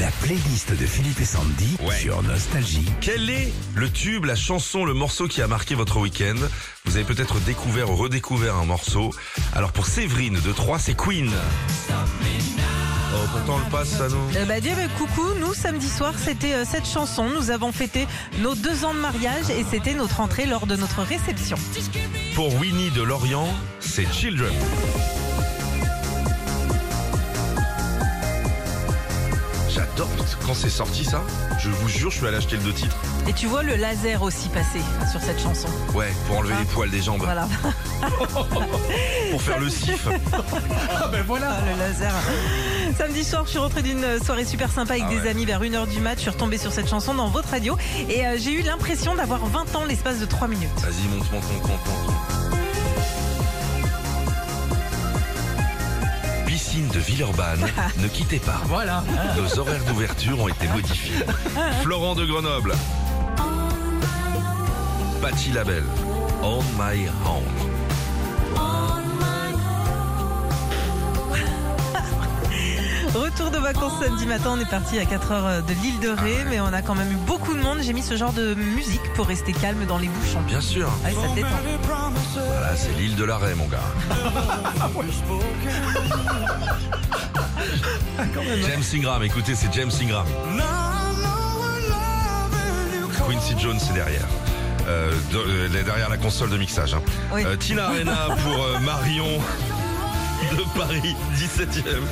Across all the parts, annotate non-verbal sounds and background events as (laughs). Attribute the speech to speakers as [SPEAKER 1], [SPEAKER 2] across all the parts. [SPEAKER 1] La playlist de Philippe et Sandy
[SPEAKER 2] Ouais.
[SPEAKER 1] sur Nostalgie.
[SPEAKER 2] Quel est le tube, la chanson, le morceau qui a marqué votre week-end Vous avez peut-être découvert ou redécouvert un morceau. Alors pour Séverine de 3, c'est Queen. Oh, pourtant on le passe, ça nous.
[SPEAKER 3] Euh, bah, dis, bah, coucou, nous samedi soir c'était euh, cette chanson, nous avons fêté nos deux ans de mariage et c'était notre entrée lors de notre réception.
[SPEAKER 2] Pour Winnie de Lorient, c'est Children. J'adore quand c'est sorti ça. Je vous jure, je suis allé acheter le deux titres.
[SPEAKER 3] Et tu vois le laser aussi passer sur cette chanson.
[SPEAKER 2] Ouais, pour enlever les poils des jambes, (laughs)
[SPEAKER 3] Voilà,
[SPEAKER 2] pour faire le sif. Ah ben
[SPEAKER 3] voilà Ah, le laser. Samedi soir, je suis rentrée d'une euh, soirée super sympa avec
[SPEAKER 2] Ah
[SPEAKER 3] des
[SPEAKER 2] ouais.
[SPEAKER 3] amis vers 1h du mat. Je suis retombée sur cette chanson dans votre radio et euh, j'ai eu l'impression d'avoir 20 ans l'espace de 3 minutes.
[SPEAKER 2] Vas-y, monte, monte, monte, monte, monte. Piscine de Villeurbanne, ne quittez pas.
[SPEAKER 4] Voilà.
[SPEAKER 2] Nos horaires d'ouverture ont été modifiés. Florent de Grenoble. Patty Label. On My Home.
[SPEAKER 3] Retour de vacances samedi matin, on est parti à 4h de l'île
[SPEAKER 2] Ah
[SPEAKER 3] de Ré, mais on a quand même eu beaucoup de monde. J'ai mis ce genre de musique pour rester calme dans les bouchons.
[SPEAKER 2] Bien sûr.
[SPEAKER 3] Ouais, ça te détend.
[SPEAKER 2] Voilà, Ah, c'est l'île de l'arrêt, mon gars. James Ingram, écoutez, c'est James Ingram. Quincy Jones est derrière. Euh, de- euh, derrière la console de mixage. hein.
[SPEAKER 3] Oui.
[SPEAKER 2] Euh, Tina Arena pour euh, Marion de Paris 17 e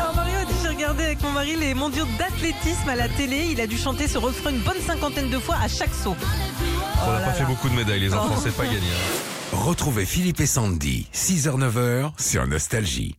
[SPEAKER 3] Alors Mario a dit j'ai regardé avec mon mari les mondiaux d'athlétisme à la télé. Il a dû chanter ce refrain une bonne cinquantaine de fois à chaque saut.
[SPEAKER 2] On n'a
[SPEAKER 3] Oh là
[SPEAKER 2] pas fait
[SPEAKER 3] là.
[SPEAKER 2] beaucoup de médailles, les enfants,
[SPEAKER 3] Oh.
[SPEAKER 2] c'est pas gagné. hein.
[SPEAKER 1] Retrouvez Philippe et Sandy, 6h-9h sur Nostalgie.